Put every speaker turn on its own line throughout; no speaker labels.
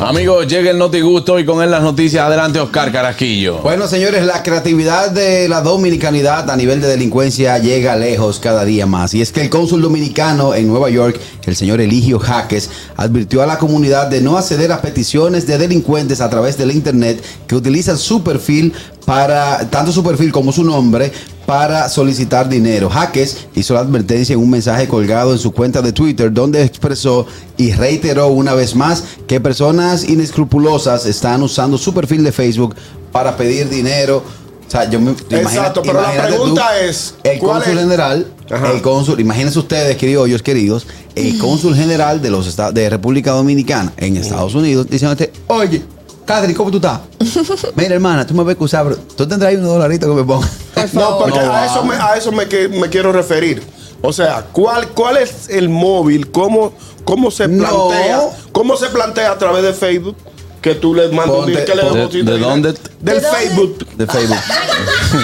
Amigos, llega el Notigusto y con él las noticias. Adelante, Oscar Carasquillo.
Bueno, señores, la creatividad de la dominicanidad a nivel de delincuencia llega lejos cada día más. Y es que el cónsul dominicano en Nueva York, el señor Eligio Jaques, advirtió a la comunidad de no acceder a peticiones de delincuentes a través del Internet que utilizan su perfil para, tanto su perfil como su nombre, para solicitar dinero. Jaques hizo la advertencia en un mensaje colgado en su cuenta de Twitter donde expresó y reiteró una vez más que personas inescrupulosas están usando su perfil de Facebook para pedir dinero. O sea, yo me
Exacto, pero la
imagínate
pregunta es,
el
¿cuál
cónsul
es?
general,
Ajá.
el cónsul, imagínense ustedes, queridos hoyos queridos, el cónsul general de los esta- de República Dominicana en Estados Unidos diciéndote, "Oye, Catherine, ¿cómo tú estás? Mira, hermana, tú me ves que usar, pero tú tendrás ahí unos dolaritos que me pongas.
No, porque
No,
a eso, me, a eso me, que- me quiero referir. O sea, ¿cuál, cuál es el móvil? ¿Cómo, cómo se
No.
plantea? ¿Cómo se plantea a través de Facebook que tú le mandas un
Ponte-
dinero que le
ponte-
deposites
¿de
dinero?
dónde?
Del
¿De dónde?
Facebook.
de Facebook.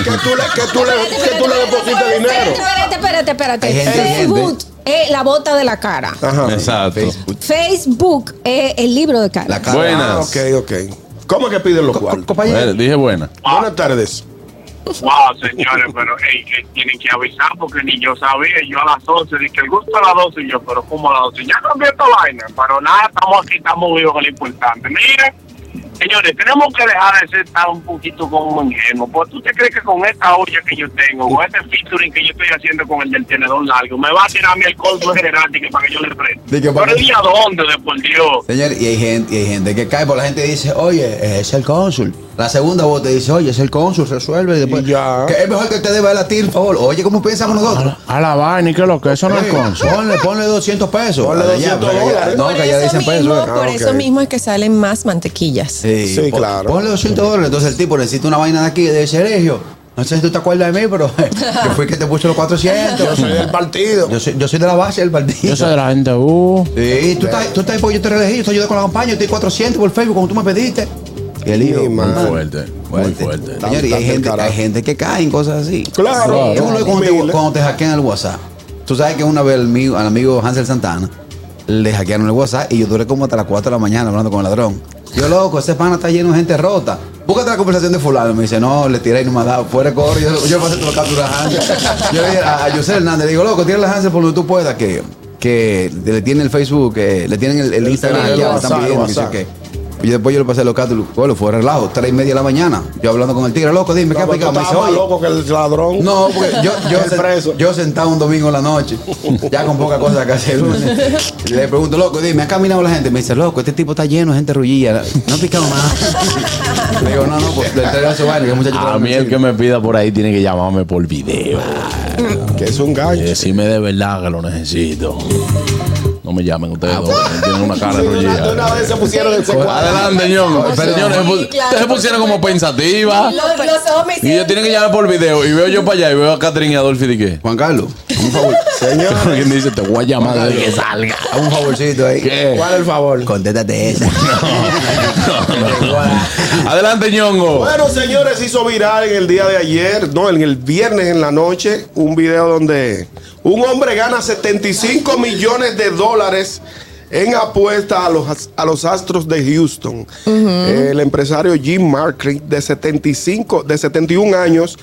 Que tú le, que tú le, que tú le deposites dinero.
Espérate, espérate, espérate.
Hay gente, hay gente.
Facebook es la bota de la cara.
Ajá.
Exacto.
Facebook.
Facebook es el libro de cara.
La cara.
Ah,
Buenas.
ok, ok. ¿Cómo que piden los
Co- co-
cuartos?
compañero.
Eh, dije buena.
Buenas tardes.
Wow, señores, pero ey, ey, tienen que avisar porque ni yo sabía. Yo a las 11 dije el gusto a las 12 y yo, pero ¿cómo a las 12? Ya cambió esta vaina, pero nada, estamos aquí, estamos vivos, que es lo importante. Mira, señores, tenemos que dejar de ser tan un poquito como ingenuos. Porque tú te crees que con esta olla que yo tengo, con este featuring que yo estoy haciendo con el del tenedor largo, me va a tirar mi alcohol general dije, para que yo le preste.
Di que
Pero
para-
¿y a dónde, de por Dios?
Señor, y hay gente, y hay gente que cae, porque la gente dice, oye, es el cónsul. La segunda voz te dice, oye, es el cónsul, resuelve. Y después,
Y ya.
Que es mejor que usted deba latir, por favor. Oye, ¿cómo pensamos nosotros?
A la vaina, que lo que eso
Ey, Ponle, ponle 200 pesos.
Ponle
Ah, ya,
200
porque ya-
dólares.
No,
por
que ya
eso
dicen
mismo,
pesos. eh.
por
Ah,
eso
ok.
mismo es que salen más mantequillas.
Sí,
Sí,
pon-
claro.
Ponle 200 dólares. Entonces el tipo necesita una vaina de aquí, de Sergio. No sé si tú te acuerdas de mí, pero yo fui que te puse los 400.
Yo soy del partido.
Yo soy, yo soy de la base del partido.
la gente U.
Sí, Eh, tú estás, tú estás ahí porque yo te reelegí, yo te ayudé con la campaña, yo te di 400 por Facebook como tú me pediste. Qué lío.
Sí, man.
Muy
man.
fuerte, muy fuerte.
Señor, y
Tan- tan
hay gente,
carajo.
hay gente que cae en cosas así.
Claro.
Es uno de cuando, te,
Miles.
cuando te hackean el WhatsApp. Tú sabes que una vez al amigo, al amigo Hansel Santana le hackearon el WhatsApp y yo duré como hasta las 4 de la mañana hablando con el ladrón. Yo, loco, ese pana está lleno de gente rota. Búscate la conversación de fulano. Me dice, no, le tiré y no me ha dado. Fuera de coro, yo, yo pasé toda la captura a Hansel. Yo le dije a, a José Hernández, le digo, loco, tira la Hansel por donde tú puedas, que, que le tienen el Facebook, eh, le tienen el, el Instagram,
el
ya, le
WhatsApp,
están pidiendo,
el
que sé
WhatsApp.
qué. Y después yo le pasé los cátulos, bueno, fue relajo, tres y media de la mañana. Yo hablando con el tigre, loco, dime, ¿qué ha
No, pero tú
picado? Me
estabas
dice,
más
oye,
loco que el ladrón.
no, porque yo, yo,
El
sen-
preso.
yo sentado un domingo en la noche, ya con poca cosa que hacer. y Le pregunto, loco, dime, ¿ha caminado la gente? Me dice, loco, este tipo está lleno de gente rullilla, no ha picado nada. Le digo, no, no, pues le entrega su baile, que el muchacho
A
trabaja
mí el
en
que me pida por ahí tiene que llamarme por video.
Que es un gancho.
Y decirme de verdad que lo necesito. No me llamen ustedes dos. Tienen una cara de
Sí, de una- de una vez se
rollera.
pusieron el secuestro.
Adelante, ñongo.
Sí,
Señores, se
claro.
pu- ustedes se pusieron como pensativas.
Los, los ojos me
Y
hicieron-
yo tienen que llamar por video. Y veo yo para allá y veo a Catherine y a Adolfi de qué.
Juan Carlos, un favor,
Señor,
Alguien dice, te voy a llamar desde que salga.
haz un favorcito ahí.
¿Qué?
¿cuál es el favor?
Contétate esa.
Adelante, ñongo.
Bueno, señores, hizo viral en el día de ayer, no, en el viernes en la noche, un video donde un hombre gana 75 millones de dólares en apuesta a los, as- a los astros de Houston. El empresario Jim Markley, de 75, de 71 años,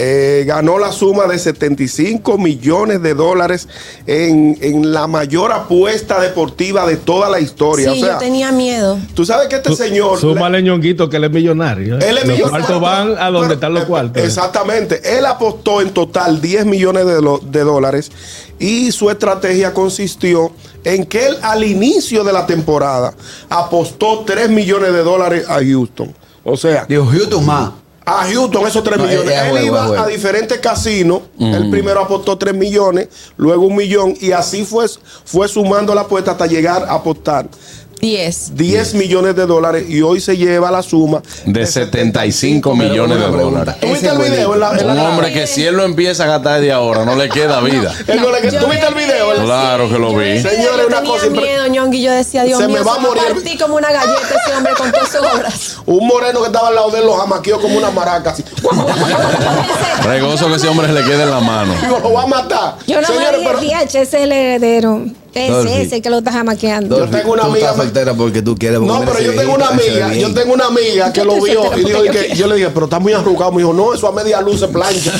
eh, ganó la suma de 75 millones de dólares en, en la mayor apuesta deportiva de toda la
Sí,
historia. o sea,
yo tenía miedo.
tú sabes que este señor...
Súmale ñonguito que él es millonario. ¿eh?
Él es
los
millonario.
cuartos van a donde
Pero,
están los
eh,
cuartos.
Exactamente. Él apostó en total 10 millones de, lo- de dólares y su estrategia consistió en que él al inicio de la temporada apostó 3 millones de dólares a Houston. O sea,
Digo, Houston más.
a Houston esos 3
No,
eh,
millones.
es- es
él
juego,
iba
es juego.
a diferentes casinos.
Mm.
El primero apostó 3 millones, luego un millón y así fue, fue sumando la apuesta hasta llegar a apostar
10.
10 millones de dólares y hoy se lleva la suma
De 75 millones de
Pero una pregunta,
dólares.
ese
¿Tuviste el
güey-
video en la- en
Un
la-
hombre que si él lo empieza a gastar de ahora, no le queda vida.
El gole que-
Yo
Eh, ¿Tú viste el
vi
video?
sí,
Claro que lo
yo
vi.
el video,
Señores,
yo
una
tenía
cosa impre-
miedo, Ñongui. Yo decía, Dios
Se me
mío,
va a morir.
partí como una galleta ese hombre con todos esos brazos.
Un moreno que estaba al lado de él lo jamaqueó como una maraca. Así.
Regoso que ese hombre le quede en la mano.
Digo, lo va a matar.
Yo no me
Señores,
dije,
pero
"Piache, ese es el heredero. Es
Dolphy.
ese que lo está jamaqueando.
Dolphy,
tengo una
tú estás
amiga-
soltera porque tú quieres
No, pero yo tengo una amiga, yo tengo una amiga que
Yo
lo
estoy
vio
soltera
y dijo
porque
y
yo
que
quiero.
yo le dije, pero está muy arrugado. Me dijo, no, eso a media luz se plancha.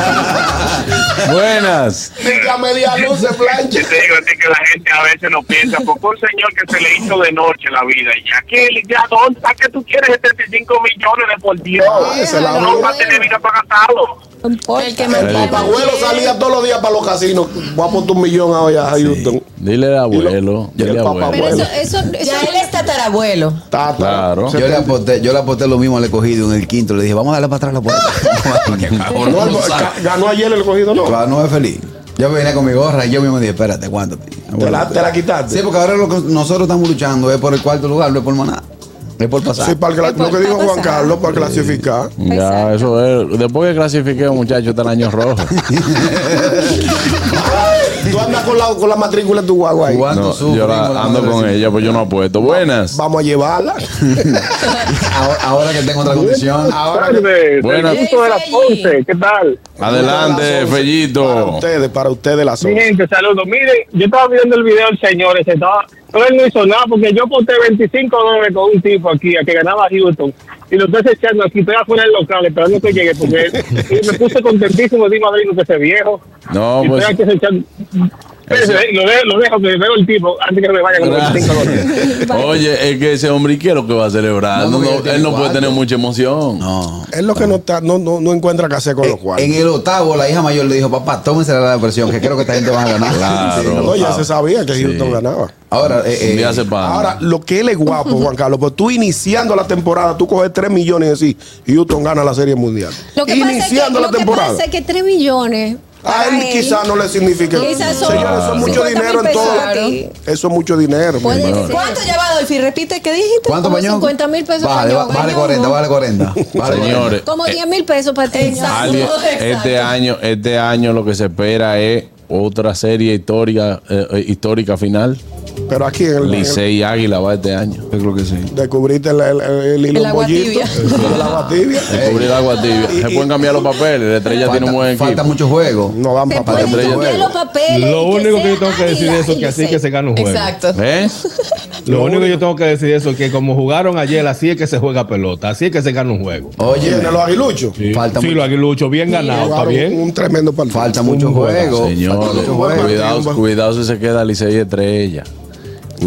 Buenas. Buenas.
Dice, a media luz se plancha.
Yo te digo a ti que la gente a veces no piensa, porque un señor que se le hizo de noche la vida, y ya que ya dónde ¿a qué tú quieres 75 millones de por Dios?
Ah, esa es la
no
buena.
va a tener vida para gastarlo.
No importa.
El que
mantiene-
Mi abuelo salía todos los días para los casinos. Voy a poner un millón ahora a Houston.
Dile al abuelo.
y el
Dile al
papá
Pero
abuelo.
eso,
abuelo.
eso, eso
Ya él es tatarabuelo.
Tata.
Claro.
Se-
Yo le aposté, yo le aposté lo mismo al cogido en el quinto. Le dije, vamos a darle para atrás la puerta.
No, el- ga- ganó ayer el cogido, no.
Claro, no es feliz. Yo venía con mi gorra y yo mismo dije, espérate, aguántate. aguántate".
te la quitaste?
Sí, porque ahora lo que nosotros estamos luchando es por el cuarto lugar, no es por más nada. Es por pasar.
Sí, para el cla- lo que dijo Juan Carlos, para clasificar.
Ya, eso es. Después que clasifique a un muchacho, está el año rojo.
Tú andas con la, con la matrícula de tu guagua ahí.
¿Cuánto
No,
sufre
yo
con la
la- ando
madre
con
de-
ella, pues yo no apuesto. Buenas.
Vamos a llevarla.
ahora, ahora que tengo otra condición.
Ahora
Buenas.
el gusto de las once,
¿qué tal?
Adelante,
Para
Fellito.
ustedes, para ustedes la
Mi
zona.
gente, saludos. Mire, yo estaba viendo el video del señor ese, estaba, pero él no hizo nada porque yo aposté 25 dólares con un tipo aquí, a que ganaba Houston. Y lo estoy echando aquí, estoy afuera del local esperando que llegue porque él- y me puse contentísimo de Madrid que ese viejo.
No,
y
pues.
estoy aquí acechando-
Ese-
Espérese, lo, de- lo dejo, que veo el tipo antes que me vaya con los 25 dólares.
Oye, es que ese hombre, ¿y qué es lo que va a celebrar? No,
No, porque
no,
él tiene
él no puede
cuatro.
tener mucha emoción.
No.
Es lo que no, está, no, no, no encuentra que hacer con los cuartos.
En el octavo, la hija mayor le dijo, papá, tómese la depresión, que creo que esta gente va a ganar.
Claro.
en el
No, ya
octavo.
se sabía que Houston ganaba.
Ahora, eh,
Un
eh,
día se paga.
Ahora, lo que él es guapo, Juan Carlos, pues tú iniciando la temporada, tú coges 3 millones y decís, Houston gana la Serie Mundial.
Lo que pasa es que,
iniciando
lo
la
que,
temporada.
pasa es que 3 millones.
A él quizás no le signifique.
Quizás son-
Señores, eso es mucho
50 mil
dinero en
pesos
todo.
a ti. Pues-
Eso es mucho dinero.
Puede
Bueno.
ser.
¿Cuánto lleva Dolphy? Repite, ¿qué dijiste?
¿Cuánto
como
pañón?
50 mil pesos
Vale,
pañón,
va- vale
pañón,
40,
¿no?
vale 40. Vale
Señores,
Como
eh,
10 mil pesos para ti.
Exacto.
alguien-
Exacto.
este año, este año lo que se espera es otra serie histórica, eh, eh, histórica final.
Pero aquí en el, en
Licey y Águila va este año.
Yo creo que sí.
el- descubriste el, el, el hilo
El agua
bollito,
tibia.
el agua tibia.
Descubrir el Eh, agua tibia. Se pueden cambiar los papeles. La estrella tiene un buen
Falta, falta
equipo.
mucho juego.
No dan
Se
para
pueden
estrella.
cambiar los papeles.
Lo
y
único que
sea
yo tengo que decir
Águila
de eso es
y
que así que
Licey.
se gana un juego.
Exacto.
¿Eh?
Lo único que yo tengo que decir de eso es que como jugaron ayer, así es que se juega pelota, así es que se gana un juego.
Oye,
Tiene los aguiluchos.
falta,
sí,
mu-
lo aguilucho, bien ganado, está
Jugaron
bien.
Un, un tremendo partido.
falta mucho juego. falta
Señores,
mucho
buen
juego.
cuidado,
partido.
cuidado si se queda Licey y estrella.
Tú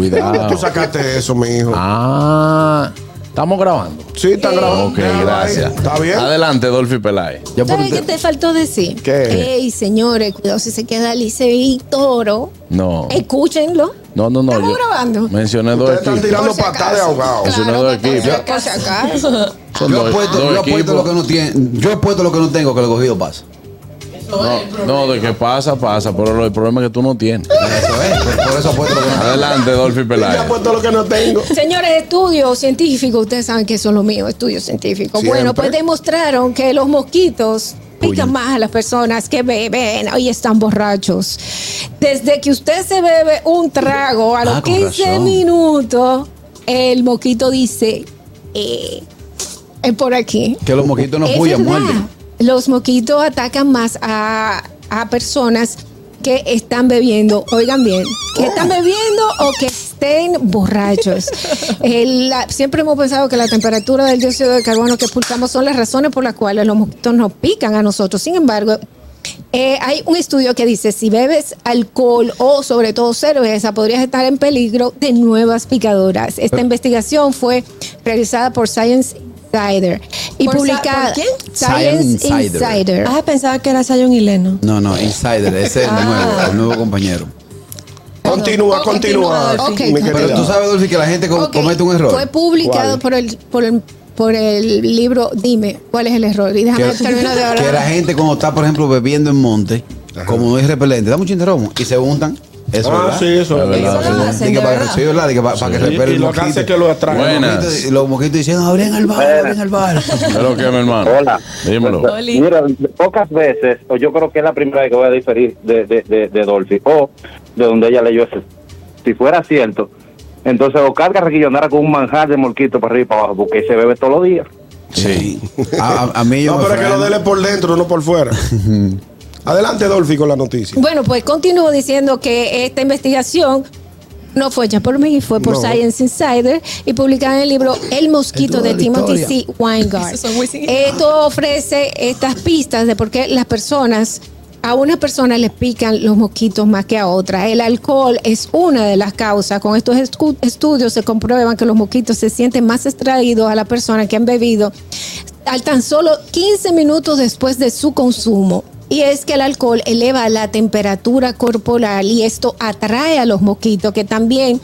Cuidado.
sacaste eso, mi hijo.
Ah, estamos grabando.
Sí, está grabado.
Ok,
Déjalo ahí.
gracias.
Está bien.
Adelante, Dolphy Peláez.
Ya por
¿Sabes qué
usted-
te faltó decir?
¿Qué?
Ey, señores, cuidado si se queda Licey y Toro.
No.
Escúchenlo.
No, no, no.
Estamos
yo
grabando.
Mencioné dos
Ustedes están
equipos.
tirando
Por si
patadas de
acaso.
ahogado.
Claro. Eso no es de
por si
equipo.
acaso.
Son
Yo
dos-
apuesto,
dos
yo apuesto
equipos.
lo que no tiene, yo apuesto lo que no tengo que lo cogido pasa.
No, no, de que pasa, pasa. Pero lo- el problema es que tú no tienes.
Eso es, por, por eso apuesto lo que no tengo.
Adelante, Dolphy
Yo he
Peláez.
puesto pues, lo que no tengo.
Señores, estudios científicos, ustedes saben que son lo mío, estudios científicos.
Siempre.
Bueno, pues demostraron que los mosquitos pican más a las personas que beben y están borrachos. Desde que usted se bebe un trago a los
Ah, con
15
razón.
minutos, el mosquito dice, eh, es por aquí.
Que los mosquitos no
Es
pullan,
verdad.
muerden.
Los mosquitos atacan más a, a personas que están bebiendo, oigan bien, que están bebiendo o que estén borrachos. El- la- siempre hemos pensado que la temperatura del dióxido de carbono que expulsamos son las razones por las cuales los mosquitos nos pican a nosotros. Sin embargo, eh, hay un estudio que dice, si bebes alcohol o sobre todo cerveza, podrías estar en peligro de nuevas picaduras. Esta investigación fue realizada por Science Insider y
¿Por sa-
publicada
por quién?
Science,
Science Insider.
Insider.
Ah, pensaba que era Sayon y Leno.
No, no, insider, ese es
Ah.
el nuevo, el nuevo compañero.
Continúa,
Ok,
continúa.
ok.
mi querida.
Pero tú sabes, Dolphy, que la gente co-
Ok,
comete un
Fue
error.
¿Cuál?
publicado por el, por el por el libro Dime cuál es el error y déjame
Que,
terminar de
que la
hablar.
gente cuando está, por ejemplo, bebiendo en monte, como no es repelente, da mucho interromo y se untan. Eso
Ah,
¿verdad?
sí, eso es
verdad.
Eso lo hacen, de para que,
verdad.
sí, ¿verdad? De que pa- para que
Y,
repele
y
el
lo que hace
mosquito.
es que lo atraen.
Bueno.
Los mosquitos- Los mosquitos diciendo, abren el bar, abren el bar.
Pero que mi hermano.
Hola.
Dímelo.
Oli.
Mira, de- pocas veces, o yo creo que es la primera vez que voy a diferir de, de, de, de Dolphy, o de donde ella leyó ese. Si fuera cierto, entonces o carga requillonara con un manjar de molquito para arriba y para abajo, porque ahí se bebe todos los días.
Sí. A, a- a mí yo
No,
me
pero es que lo
freno.
dele por dentro, no por fuera. Adelante, Dolphy, con la noticia.
Bueno, pues continúo diciendo que esta investigación no fue hecha por mí, fue por
No.
Science Insider y publicada en el libro El mosquito
El
de
dúo de la
Timothy C.
historia.
Weingart.
Esos son muy similares.
Esto ofrece estas pistas de por qué las personas, a unas personas les pican los mosquitos más que a otras. El alcohol es una de las causas. Con estos escu- estudios se comprueban que los mosquitos se sienten más extraídos a las personas que han bebido al tan solo 15 minutos después de su consumo. Y es que el alcohol eleva la temperatura corporal y esto atrae a los mosquitos que también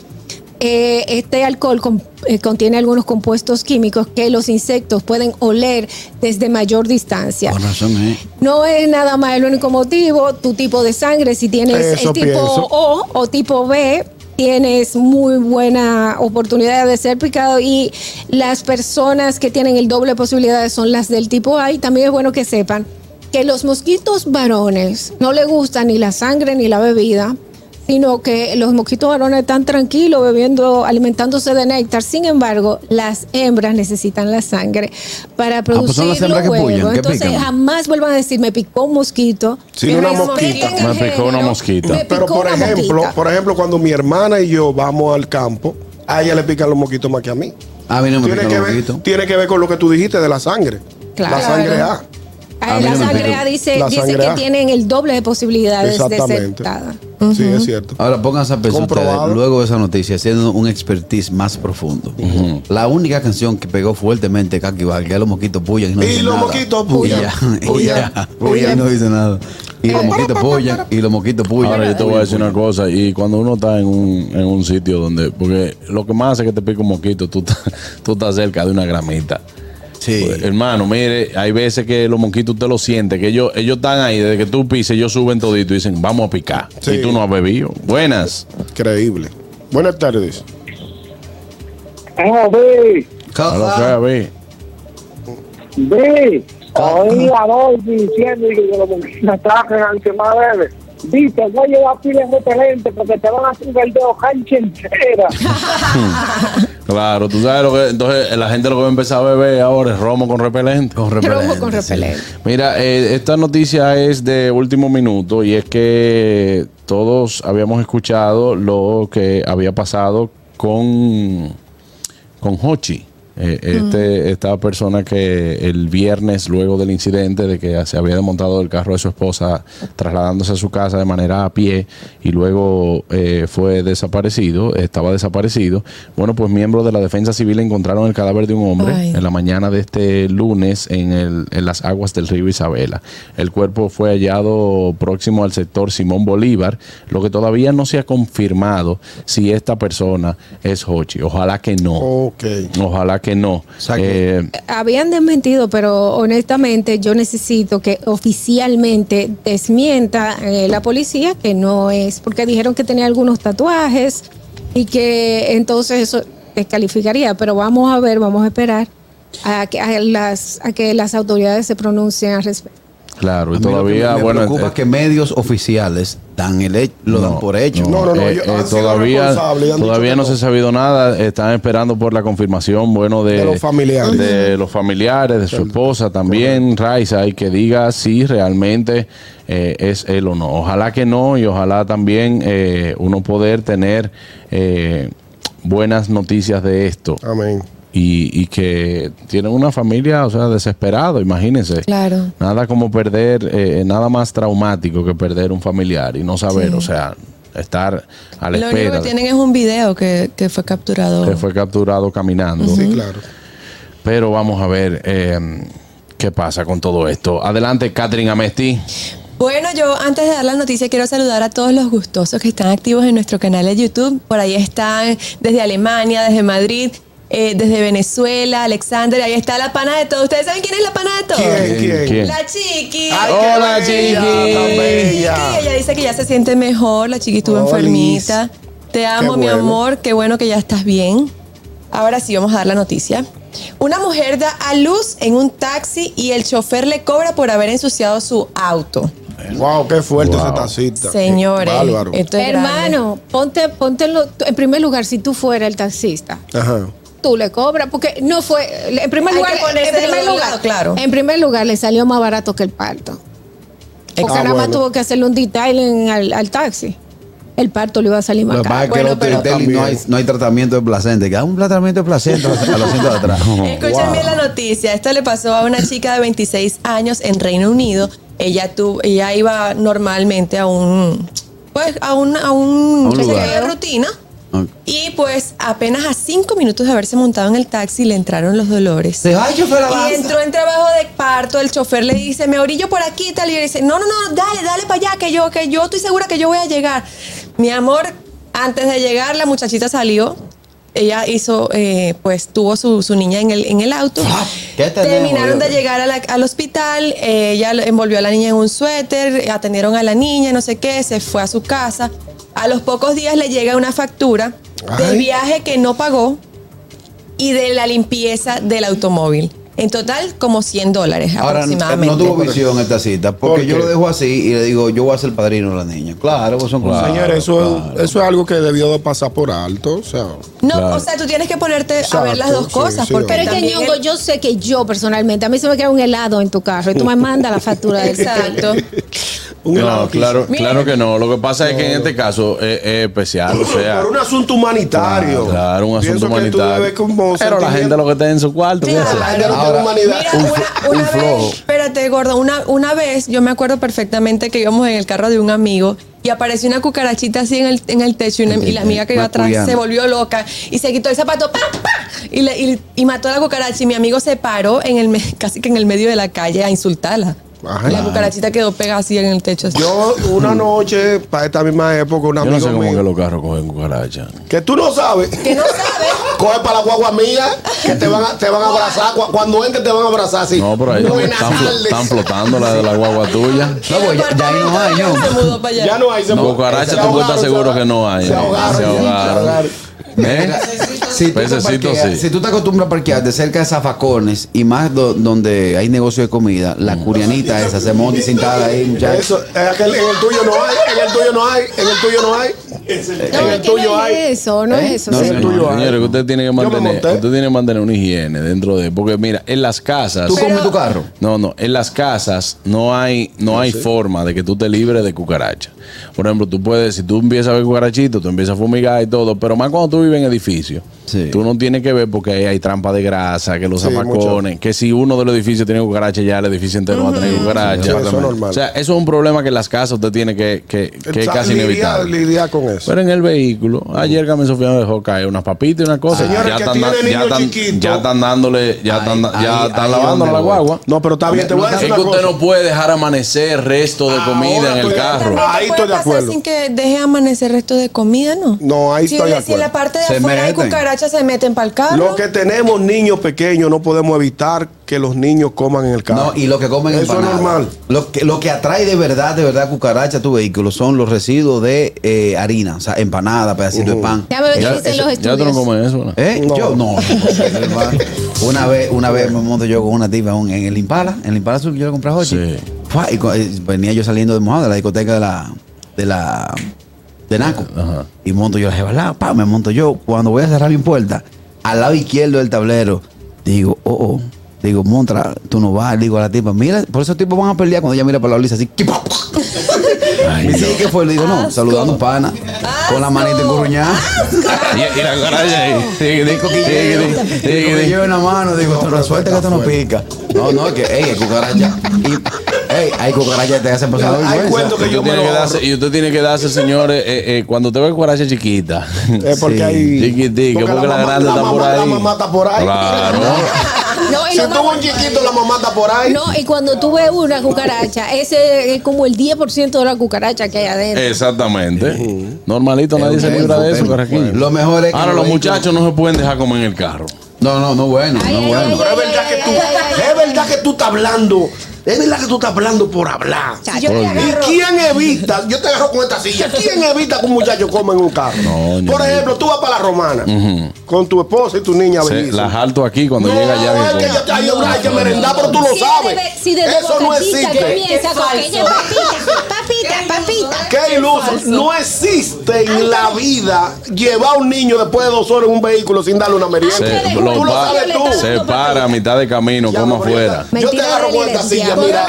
eh, este alcohol con- eh, contiene algunos compuestos químicos que los insectos pueden oler desde mayor distancia.
Con razón, ¿eh?
No es nada más el único motivo, tu tipo de sangre, si tienes
Eso
el tipo
pienso.
O o tipo B, tienes muy buena oportunidad de ser picado y las personas que tienen el doble de posibilidades son las del tipo A y también es bueno que sepan que los mosquitos varones no le gusta ni la sangre ni la bebida, sino que los mosquitos varones están tranquilos bebiendo, alimentándose de néctar. Sin embargo, las hembras necesitan la sangre para
pues son
producir
las hembras
los
que
huevos.
pullan, que
Entonces,
pican.
jamás vuelvan a decir me picó un mosquito.
Sí,
Que
una
respeten
mosquita.
el
Me picó una
género.
mosquita.
Me picó
Pero por
una
ejemplo,
mosquita.
por ejemplo, cuando mi hermana y yo vamos al campo, a ella le pican los mosquitos más que a mí.
A mí no me
Tiene
pican
que,
los
ver,
mosquitos.
tiene que ver con lo que tú dijiste de la sangre.
Claro.
La sangre A.
Ah,
A mí
la
no me
sangre
picó.
A dice,
La
dice
sangre
que
A.
tienen el doble de posibilidades de ser
Exactamente.
picada.
Sí, es cierto.
Ahora pónganse a pensar
Comprobado.
ustedes, luego de esa noticia, haciendo un expertise más profundo. La única canción que pegó fuertemente Kaki Bar, que los mosquitos pullan y no
Y
dicen
los
nada.
mosquitos
Y
pullan,
ya, y
pullan,
ya,
pullan.
y no dice nada. Y los mosquitos pullan, y los mosquitos pullan.
Ahora yo te voy a decir una cosa, y cuando uno está en un, en un sitio donde, porque lo que más hace que te pique un mosquito, tú, estás- tú estás cerca de una gramita.
Sí.
Pues, hermano, mire, hay veces que los mosquitos usted lo siente, que ellos, ellos están ahí, desde que tú pises, ellos suben todito y dicen, vamos a picar.
Sí.
Y tú no has bebido. Buenas.
Increíble. Buenas tardes.
¡Ah, ve!
A
Ah.
lo que
Cosa.
a ver.
¡Ve! Oí a Dolphy diciendo que los mosquitos trajen al que más bebe. Dice, voy a llevar pilas repelentes porque te van a hacer el dedo cancha entera.
Claro, tú sabes lo que. Entonces, la gente lo que va a empezar a beber ahora es romo con repelente.
Con
Romo con
repelente.
repelente.
Mira, eh, esta noticia es de último minuto y es que todos habíamos escuchado lo que había pasado con, con Hochi. Eh, este, Esta persona que el viernes, luego del incidente de que se había desmontado el carro de su esposa, trasladándose a su casa de manera a pie y luego eh, fue desaparecido, estaba desaparecido. Bueno, pues miembros de la defensa civil encontraron el cadáver de un hombre
Ay.
en la la mañana de este lunes en, el- en las aguas del río Isabela. El cuerpo fue hallado próximo al sector Simón Bolívar, lo que todavía no se ha confirmado si esta persona es Hochi. Ojalá que no.
Ok.
Ojalá que no.
O sea que-
Eh,
Habían desmentido, pero honestamente yo necesito que oficialmente desmienta eh, la policía que no es, porque dijeron que tenía algunos tatuajes y que entonces eso descalificaría, pero vamos a ver, vamos a esperar a que, a las, a que las autoridades se pronuncien al respecto.
claro,
A
y
mí lo que
todavía,
me
bueno,
preocupa
eh,
es que medios oficiales dan el hecho, lo dan por hecho.
No, no, no, ellos han sido
Eh, todavía
responsables y han
todavía
dicho que
no
no.
se ha sabido nada. Están esperando por la confirmación, bueno, de,
De los familiares.
de los familiares, de su esposa también, Raiza, y que diga si realmente eh, es él o no. Ojalá que no y ojalá también eh, uno poder tener eh, buenas noticias de esto.
Ah.
Amén.
Y, y que tienen una familia, o sea, desesperado, imagínense.
Claro.
Nada como perder, eh, nada más traumático que perder un familiar y no saber,
Sí.
o sea, estar a la
Lo único
espera
que
de
tienen es un video que, que fue capturado.
que fue capturado caminando.
Sí, claro.
Pero vamos a ver eh, qué pasa con todo esto. Adelante, Catherine Amesti.
Bueno, yo antes de dar la noticia quiero saludar a todos los gustosos que están activos en nuestro canal de YouTube. Por ahí están desde Alemania, desde Madrid. eh, desde Venezuela, Alexander, ahí está la pana de todo. ¿Ustedes saben quién es la pana de todo?
¿Quién? ¿Quién?
¿Quién?
La chiqui.
Ay, qué
Hola,
bella,
Chiqui.
tan bella.
Chiqui, ella dice que ya se siente mejor, la chiqui estuvo
Olis.
enfermita. Te amo, mi
bueno.
amor, qué bueno que ya estás bien. Ahora sí, vamos a dar la noticia. Una mujer da a luz en un taxi y el chofer le cobra por haber ensuciado su auto.
Wow, qué fuerte
Wow.
ese tacita.
Señores,
Bárbaro.
esto es grande.
Hermano, ponte, ponte en, lo- en primer lugar, si tú fueras el taxista,
Ajá.
tú le cobras, porque no fue, en primer
Hay
lugar,
que ponerse
en
de los
primer
dos
lugar,
lados, claro.
en primer lugar le salió más barato que el parto. Porque
Ah,
nada más
bueno.
tuvo que hacerle un detailing al, al taxi. El parto le iba a salir más
Lo que pasa
caro.
es que
Bueno,
los
pero-
Tertelli no hay, no hay tratamiento de placenta. Que haga un tratamiento de placenta a los- a los asientos de atrás.
Escuchen bien la noticia. Esto le pasó a una chica de 26 años en Reino Unido. Ella tuvo, ella iba normalmente a un, pues a un, a un,
A un lugar.
chequeo de rutina.
Ok.
Y pues apenas a cinco minutos de haberse montado en el taxi le entraron los dolores.
Se va, ay, chofer,
Y
avanza.
entró en trabajo de parto, el chofer le dice, me orillo por aquí y tal, y le dice, no, no, no, dale, dale para allá, que yo, que yo estoy segura que yo voy a llegar. Mi amor, antes de llegar, la muchachita salió, ella hizo, eh, pues tuvo su, su niña en el, en el auto.
Ah, ¿Qué tenemos,
Terminaron de
Dios?
llegar a la- al hospital, eh, ella lo- envolvió a la niña en un suéter, atendieron a la niña, no sé qué, se fue a su casa. A los pocos días le llega una factura del
Ah.
Ay.
viaje que no pagó y de la limpieza del automóvil. En total, como 100 dólares
Ahora
aproximadamente.
no tuvo visión esta cita, porque
¿Por
yo
qué?
lo dejo así y le digo, yo voy a ser padrino de la niña. Claro, pues son cosas.
Señores, eso,
claro.
eso es algo que debió de pasar por alto. O sea,
No, o sea, tú tienes que ponerte a ver las
Exacto,
dos
sí,
cosas.
sí,
porque
obvio.
Pero es que
también
Ñongo,
el-
yo sé que yo personalmente, a mí se me queda un helado en tu carro y tú me mandas la factura del taxi.
Exacto.
un
No,
helado que
claro,
Miren.
claro que no. Lo que pasa es que en este caso es, es especial. O sea,
por un asunto humanitario.
claro, claro, un asunto
Pienso Que tú
humanitario.
debes como
Pero la gente lo que está en su cuarto. ¿qué
Claro.
hace?
La gente no
Ahora,
tiene humanidad.
Mira, una, una vez, espérate, gordo, una, una vez yo me acuerdo perfectamente que íbamos en el carro de un amigo y apareció una cucarachita así en el, en el techo y, una- y la amiga que iba atrás
Mercuriano.
se volvió loca y se quitó el zapato ¡pa, pa! Y, le- y- y mató a la cucaracha y mi amigo se paró en el me- casi que en el medio de la calle a insultarla.
Ajá.
La cucarachita quedó pegada así en el techo. así.
Yo una noche, para esta misma época, un
Mm. Yo
amigo
no sé cómo
mío,
que los carros cogen cucaracha.
que... tú no sabes,
que no sabes.
coge para la guagua mía, que te van a, te van a abrazar. Cu- Cuando entre te van a abrazar así.
No, pero ahí están,
Buenas
están flo-
tardes.
están flotando la de la guagua tuya.
No, pues ya, ya ahí no hay,
Apartamento,
¿no?
Se mudó para allá.
Ya no hay. se
No,
mu-
cucaracha,
se
tú
ahogaron,
estás
se
seguro
ahogaron.
que no hay.
Se ahogaron.
Se
sí,
ahogaron. ¿Eh?
Si tú, te
Pececito,
parqueas-
sí.
si tú te acostumbras a parquear de cerca de zafacones y más do- donde hay negocio de comida, la curianita esa se monta y se instala ahí, muchachos.
Eso, en, aquel- en el tuyo no hay, en el tuyo no hay, en el tuyo no hay. En
No,
el
es que
tuyo
no
hay.
es eso, no es eso.
¿Eh? No,
señor.
en el tuyo hay.
Señores, que usted tiene que
Yo me
mantener,
monté.
usted tiene que mantener una higiene dentro de, porque mira, en las casas,
¿Tú comes tu carro?
no, no, en las casas no hay, no hay forma de que tú te libres de cucaracha. Por ejemplo, tú puedes, si tú empiezas a ver cucarachitos, tú empiezas a fumigar y todo, pero más cuando tú vives en edificios,
Sí.
tú no tienes que ver porque ahí hay trampa de grasa, que los
Sí,
zafacones, que si uno de los edificios tiene cucaracha, ya el edificio entero va a tener cucaracha.
Sí, eso es normal.
O sea, eso es un problema que en las casas usted tiene que, que, que es
Sa-
casi
lidia-
inevitable.
lidia con eso.
Pero en el vehículo, ayer Carmen Sofía me dejó caer unas papitas y una cosa.
Señores,
ya,
que
están,
tiene
da- ya
niños
están-
chiquitos.
ya están dándole, ya
Ahí-
están, da- ya
ahí-
están
ahí
lavando
donde
la
voy.
guagua.
no, pero está bien, te voy a
Es
decir
que
una cosa. Ah,
usted no puede dejar amanecer resto de
Ahora pues
comida en el
estoy-
carro.
También te puede
Ahí estoy de
pasar
acuerdo.
Sin que deje amanecer resto de comida, ¿no?
No, ahí
si,
estoy de
Si en la
acuerdo.
parte de
Se
afuera hay
meten.
cucarachas, se meten para el carro.
Lo que tenemos niños pequeños no podemos evitar que los niños coman en el carro.
No, y lo que comen
Eso es
empanadas.
normal.
Lo que, lo que atrae de verdad, de verdad, cucaracha a tu vehículo son los residuos de eh, harina, o sea, empanada, pedacito de pan.
Ya me
Eso-
dicen
eso-
los
Ya tú no
estudios.
comes eso. ¿no?
¿Eh?
No.
Yo no. hermano. una vez, una vez me monto yo con una tipa un- en el Impala, en el Impala Sur, yo le compré a Hochi.
Sí.
Fua, Y co- eh, venía yo saliendo de mojado de la discoteca de la de la de Naco.
Ajá.
Y monto yo la jebalá, pa, me monto yo. Cuando voy a cerrar mi puerta, al lado izquierdo del tablero, digo, oh, oh. Digo, montra, tú no vas. Digo a la tipa, mira, por esos tipos van a pelear cuando ella mira para la Luisa así. ¡kipap!
Ay,
Me dice, ¿qué fue? Le digo, no,
Asco.
saludando pana. Con la manita encurruñada.
Y, y la cucaracha ahí. Tigre, tigre, tigre,
Digo, que
tigre.
llevo en la mano, digo, no, suerte que esto no pica. No, no, es que, ey, hay cucaracha. Y, ey, hay cucarachas que te hacen pasar
Hay
vergüenza.
cuentos que
Usted
yo me
tiene
lo
que
ahorro.
darse- y usted tiene que darse, señores, eh, eh, cuando te ve cucaracha chiquita.
Es porque
Sí.
hay.
Chiquitica, porque la
mamá-
grande está
mamá-
por ahí.
La mamá está por ahí.
Claro.
No, y
Si
lo más
tuvo un
bueno-
chiquito, la mamá está por ahí.
No, y cuando tú ves una cucaracha, ese es como el 10% de la cucaracha que hay
Eh,
adentro.
Exactamente. Normalito, nadie se
Tempo,
libra de eso,
tempo.
Carraquillo.
Lo mejor es que
Ahora
los
los
vehículos-
muchachos no se pueden dejar comer en el carro.
Ah,
No, no, no bueno,
Ay,
no
ay,
bueno.
ay,
Pero es verdad que tú, es verdad que tú estás hablando, es verdad que tú estás hablando por hablar.
O sea, yo te
¿Y
agarro.
quién evita? Yo te agarro con esta silla. ¿Quién evita que un muchacho coma en un carro?
No, no,
Por
no.
ejemplo, tú vas para la romana
Ujú.
con tu esposa y tu niña
Se,
bellísima.
las jalto aquí cuando
no,
llega ya.
es que yo te hay una- hay que merendar, pero tú lo
Si de-
sabes.
si de
Eso no
bocachita
existe.
comienza
Qué
con
falso.
aquella papita, papita, papita.
Qué iluso. No existe en la vida llevar a un niño después de dos horas en un vehículo sin darle una merienda.
Antes de
Se,
tú
lo
lo
Juan,
pa-
sabes tú.
se para a mitad de camino,
Ya,
como
Gabriela,
afuera.
Yo te
Mentira
agarro
de
con esta
Lidia.
silla, mira.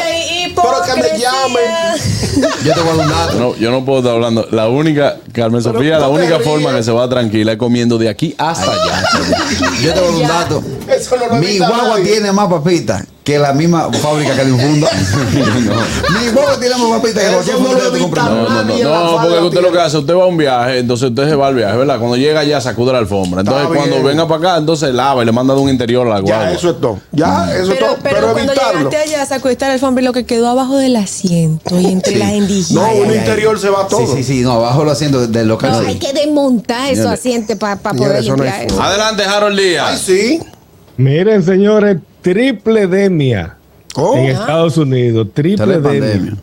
Pero que me llamen.
Yo te voy a dar un dato.
No, yo no puedo estar hablando. La única, Carmen
Pero
Sofía, la
no te
única
rías.
forma que se va tranquila es comiendo de aquí hasta allá.
Yo te voy a dar un dato.
Eso no lo
Mi
evita
guagua
nadie.
tiene más papitas que la misma fábrica que le infunda. Mi guagua tiene más papitas que
Eso
cualquier
no
fábrica que
lo
tú compres.
evita
No, no, no,
Nadie en la
no, porque
falda
usted lo que
tiene.
hace, usted va a un viaje, entonces usted se va al viaje, ¿verdad? Cuando llega ya sacude la alfombra. Entonces
Está
cuando
bien.
venga para acá, entonces lava y le manda de un interior a la
Ya,
guagua.
eso es todo. Ya, eso es
Pero,
todo.
pero
Pero
cuando
evitarlo.
llegaste allá, sacudiste el alfombra y lo que quedó abajo del asiento y entre las endijas.
No,
Ay,
un
ay,
interior
ay.
se va todo.
Sí, sí, sí, no, abajo lo haciendo del local.
No,
sí.
hay que desmontar esos asientos para poder
Señores, eso no
limpiar
hay
eso.
Adelante, Harold Díaz.
Ay, sí.
Miren, señores, triple demia
Oh.
en Estados Unidos.
Sale
Triple
pandemia.
demia.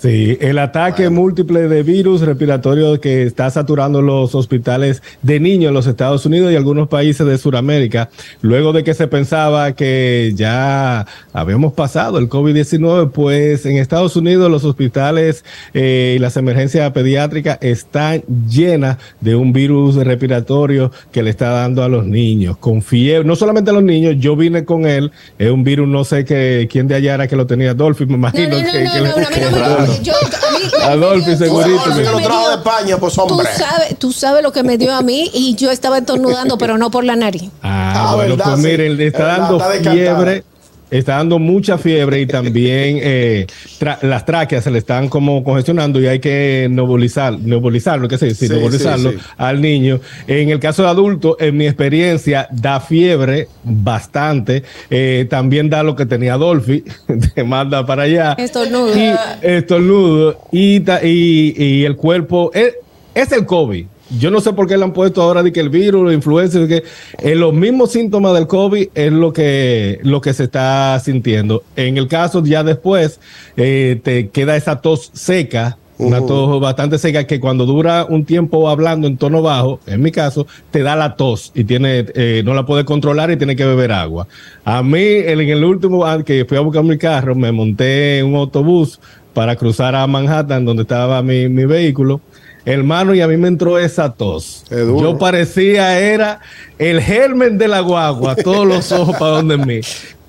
Sí, el ataque múltiple de virus respiratorio que está saturando los hospitales de niños en los Estados Unidos y algunos países de Sudamérica, luego de que se pensaba que ya habíamos pasado el COVID-19, pues en Estados Unidos los hospitales eh, y las emergencias pediátricas están llenas de un virus respiratorio que le está dando a los niños, con fiebre, no solamente a los niños, yo vine con él, es un virus, no sé que, quién de allá era que lo tenía, Dolphy,
No,
me imagino
no, no,
que, que
no,
le-
no, no, a mí no
que-
me
Dolphy.
yo- a mí-
Adolfo,
yo-
segurito,
tú sabes
que
lo
lo
que me
trajo de
dio.
España, pues
Tú
hombre.
sabes, tú sabes lo que me dio a mí y yo estaba estornudando, pero no por la nariz.
Ah,
Ah,
bueno,
verdad,
pues
sí.
miren, le está
Verdad,
dando
está descartada.
fiebre, está dando mucha fiebre y también eh, tra- las tráqueas se le están como congestionando y hay que nebulizar, nebulizarlo, ¿qué se dice?
Sí,
nebulizarlo
sí, sí.
al niño. En el caso de adulto, en mi experiencia, da fiebre bastante, eh, también da lo que tenía Dolphy, te manda para allá.
Estornudo.
Y estornudo y, ta- y, y el cuerpo es, es el COVID. Yo no sé por qué le han puesto ahora de que el virus, la influenza, de que eh, los mismos síntomas del COVID es lo que, lo que se está sintiendo. En el caso ya después eh, te queda esa tos seca, una tos bastante seca que cuando dura un tiempo hablando en tono bajo, en mi caso, te da la tos y tiene, eh, no la puede controlar y tiene que beber agua. A mí, en el último ah, que fui a buscar mi carro, me monté en un autobús para cruzar a Manhattan, donde estaba mi, mi vehículo. Hermano, y a mí me entró esa tos.
Qué duro.
Yo parecía era el germen de la guagua, todos los ojos para donde mí.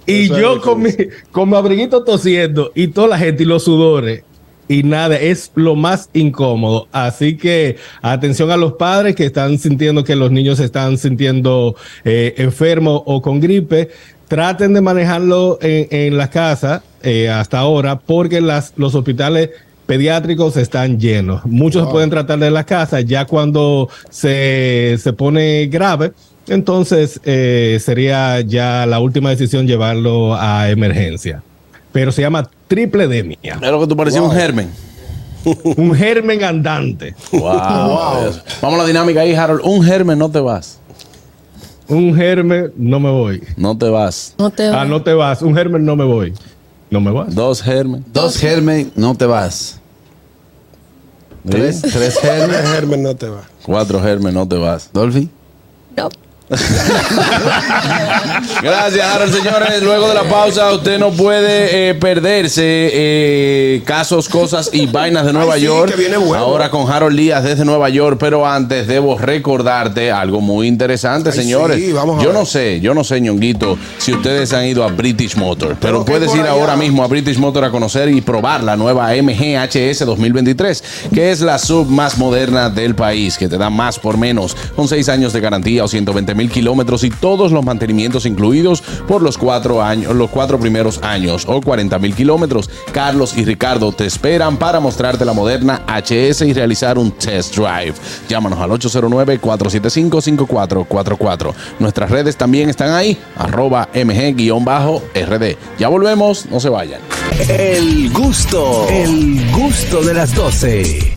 Y
Eso es lo
yo
que
con mi, con mi abriguito tosiendo y toda la gente y los sudores. Y nada, es lo más incómodo. Así que atención a los padres que están sintiendo que los niños se están sintiendo eh, enfermos o con gripe. Traten de manejarlo en, en las casas eh, hasta ahora porque las, los hospitales pediátricos están llenos. Muchos se pueden tratar de las casas ya cuando se, se pone grave. Entonces eh, sería ya la última decisión llevarlo a emergencia. Pero se llama triple demia,
Es lo que tú parecía un germen.
un germen andante,
Wow. Vamos a la dinámica ahí, Harold. Un germen, no te vas.
un germen no me voy.
No te vas.
No te
Ah, no te vas, un germen no me voy. No me vas.
Dos germen.
Dos germen, no te vas.
¿Sí?
Tres, tres germen.
Germen no te va.
Cuatro germen, no te vas.
Dolphy.
No.
Gracias, Harold, señores. Luego de la pausa, usted no puede eh, perderse eh, casos, cosas y vainas de Nueva
Ay, sí,
York.
que viene bueno.
Ahora con Harold Díaz desde Nueva York, pero antes debo recordarte algo muy interesante,
Ay,
señores.
sí, vamos a
yo
ver.
no sé, yo no sé, ñonguito, si ustedes han ido a British Motor, pero,
Pero que
puedes
por
ir
allá.
ahora mismo a British Motor a conocer y probar la nueva MGHS 2023, que es la sub más moderna del país, que te da más por menos, con seis años de garantía o 120 mil kilómetros y todos los mantenimientos incluidos por los cuatro, años, los cuatro primeros años o 40 mil kilómetros. Carlos y Ricardo te esperan para mostrarte la moderna HS y realizar un test drive. Llámanos al 809-475-5444. Nuestras redes también están ahí, arroba mg-rd. Ya volvemos, no se vayan.
El gusto, el gusto de las 12.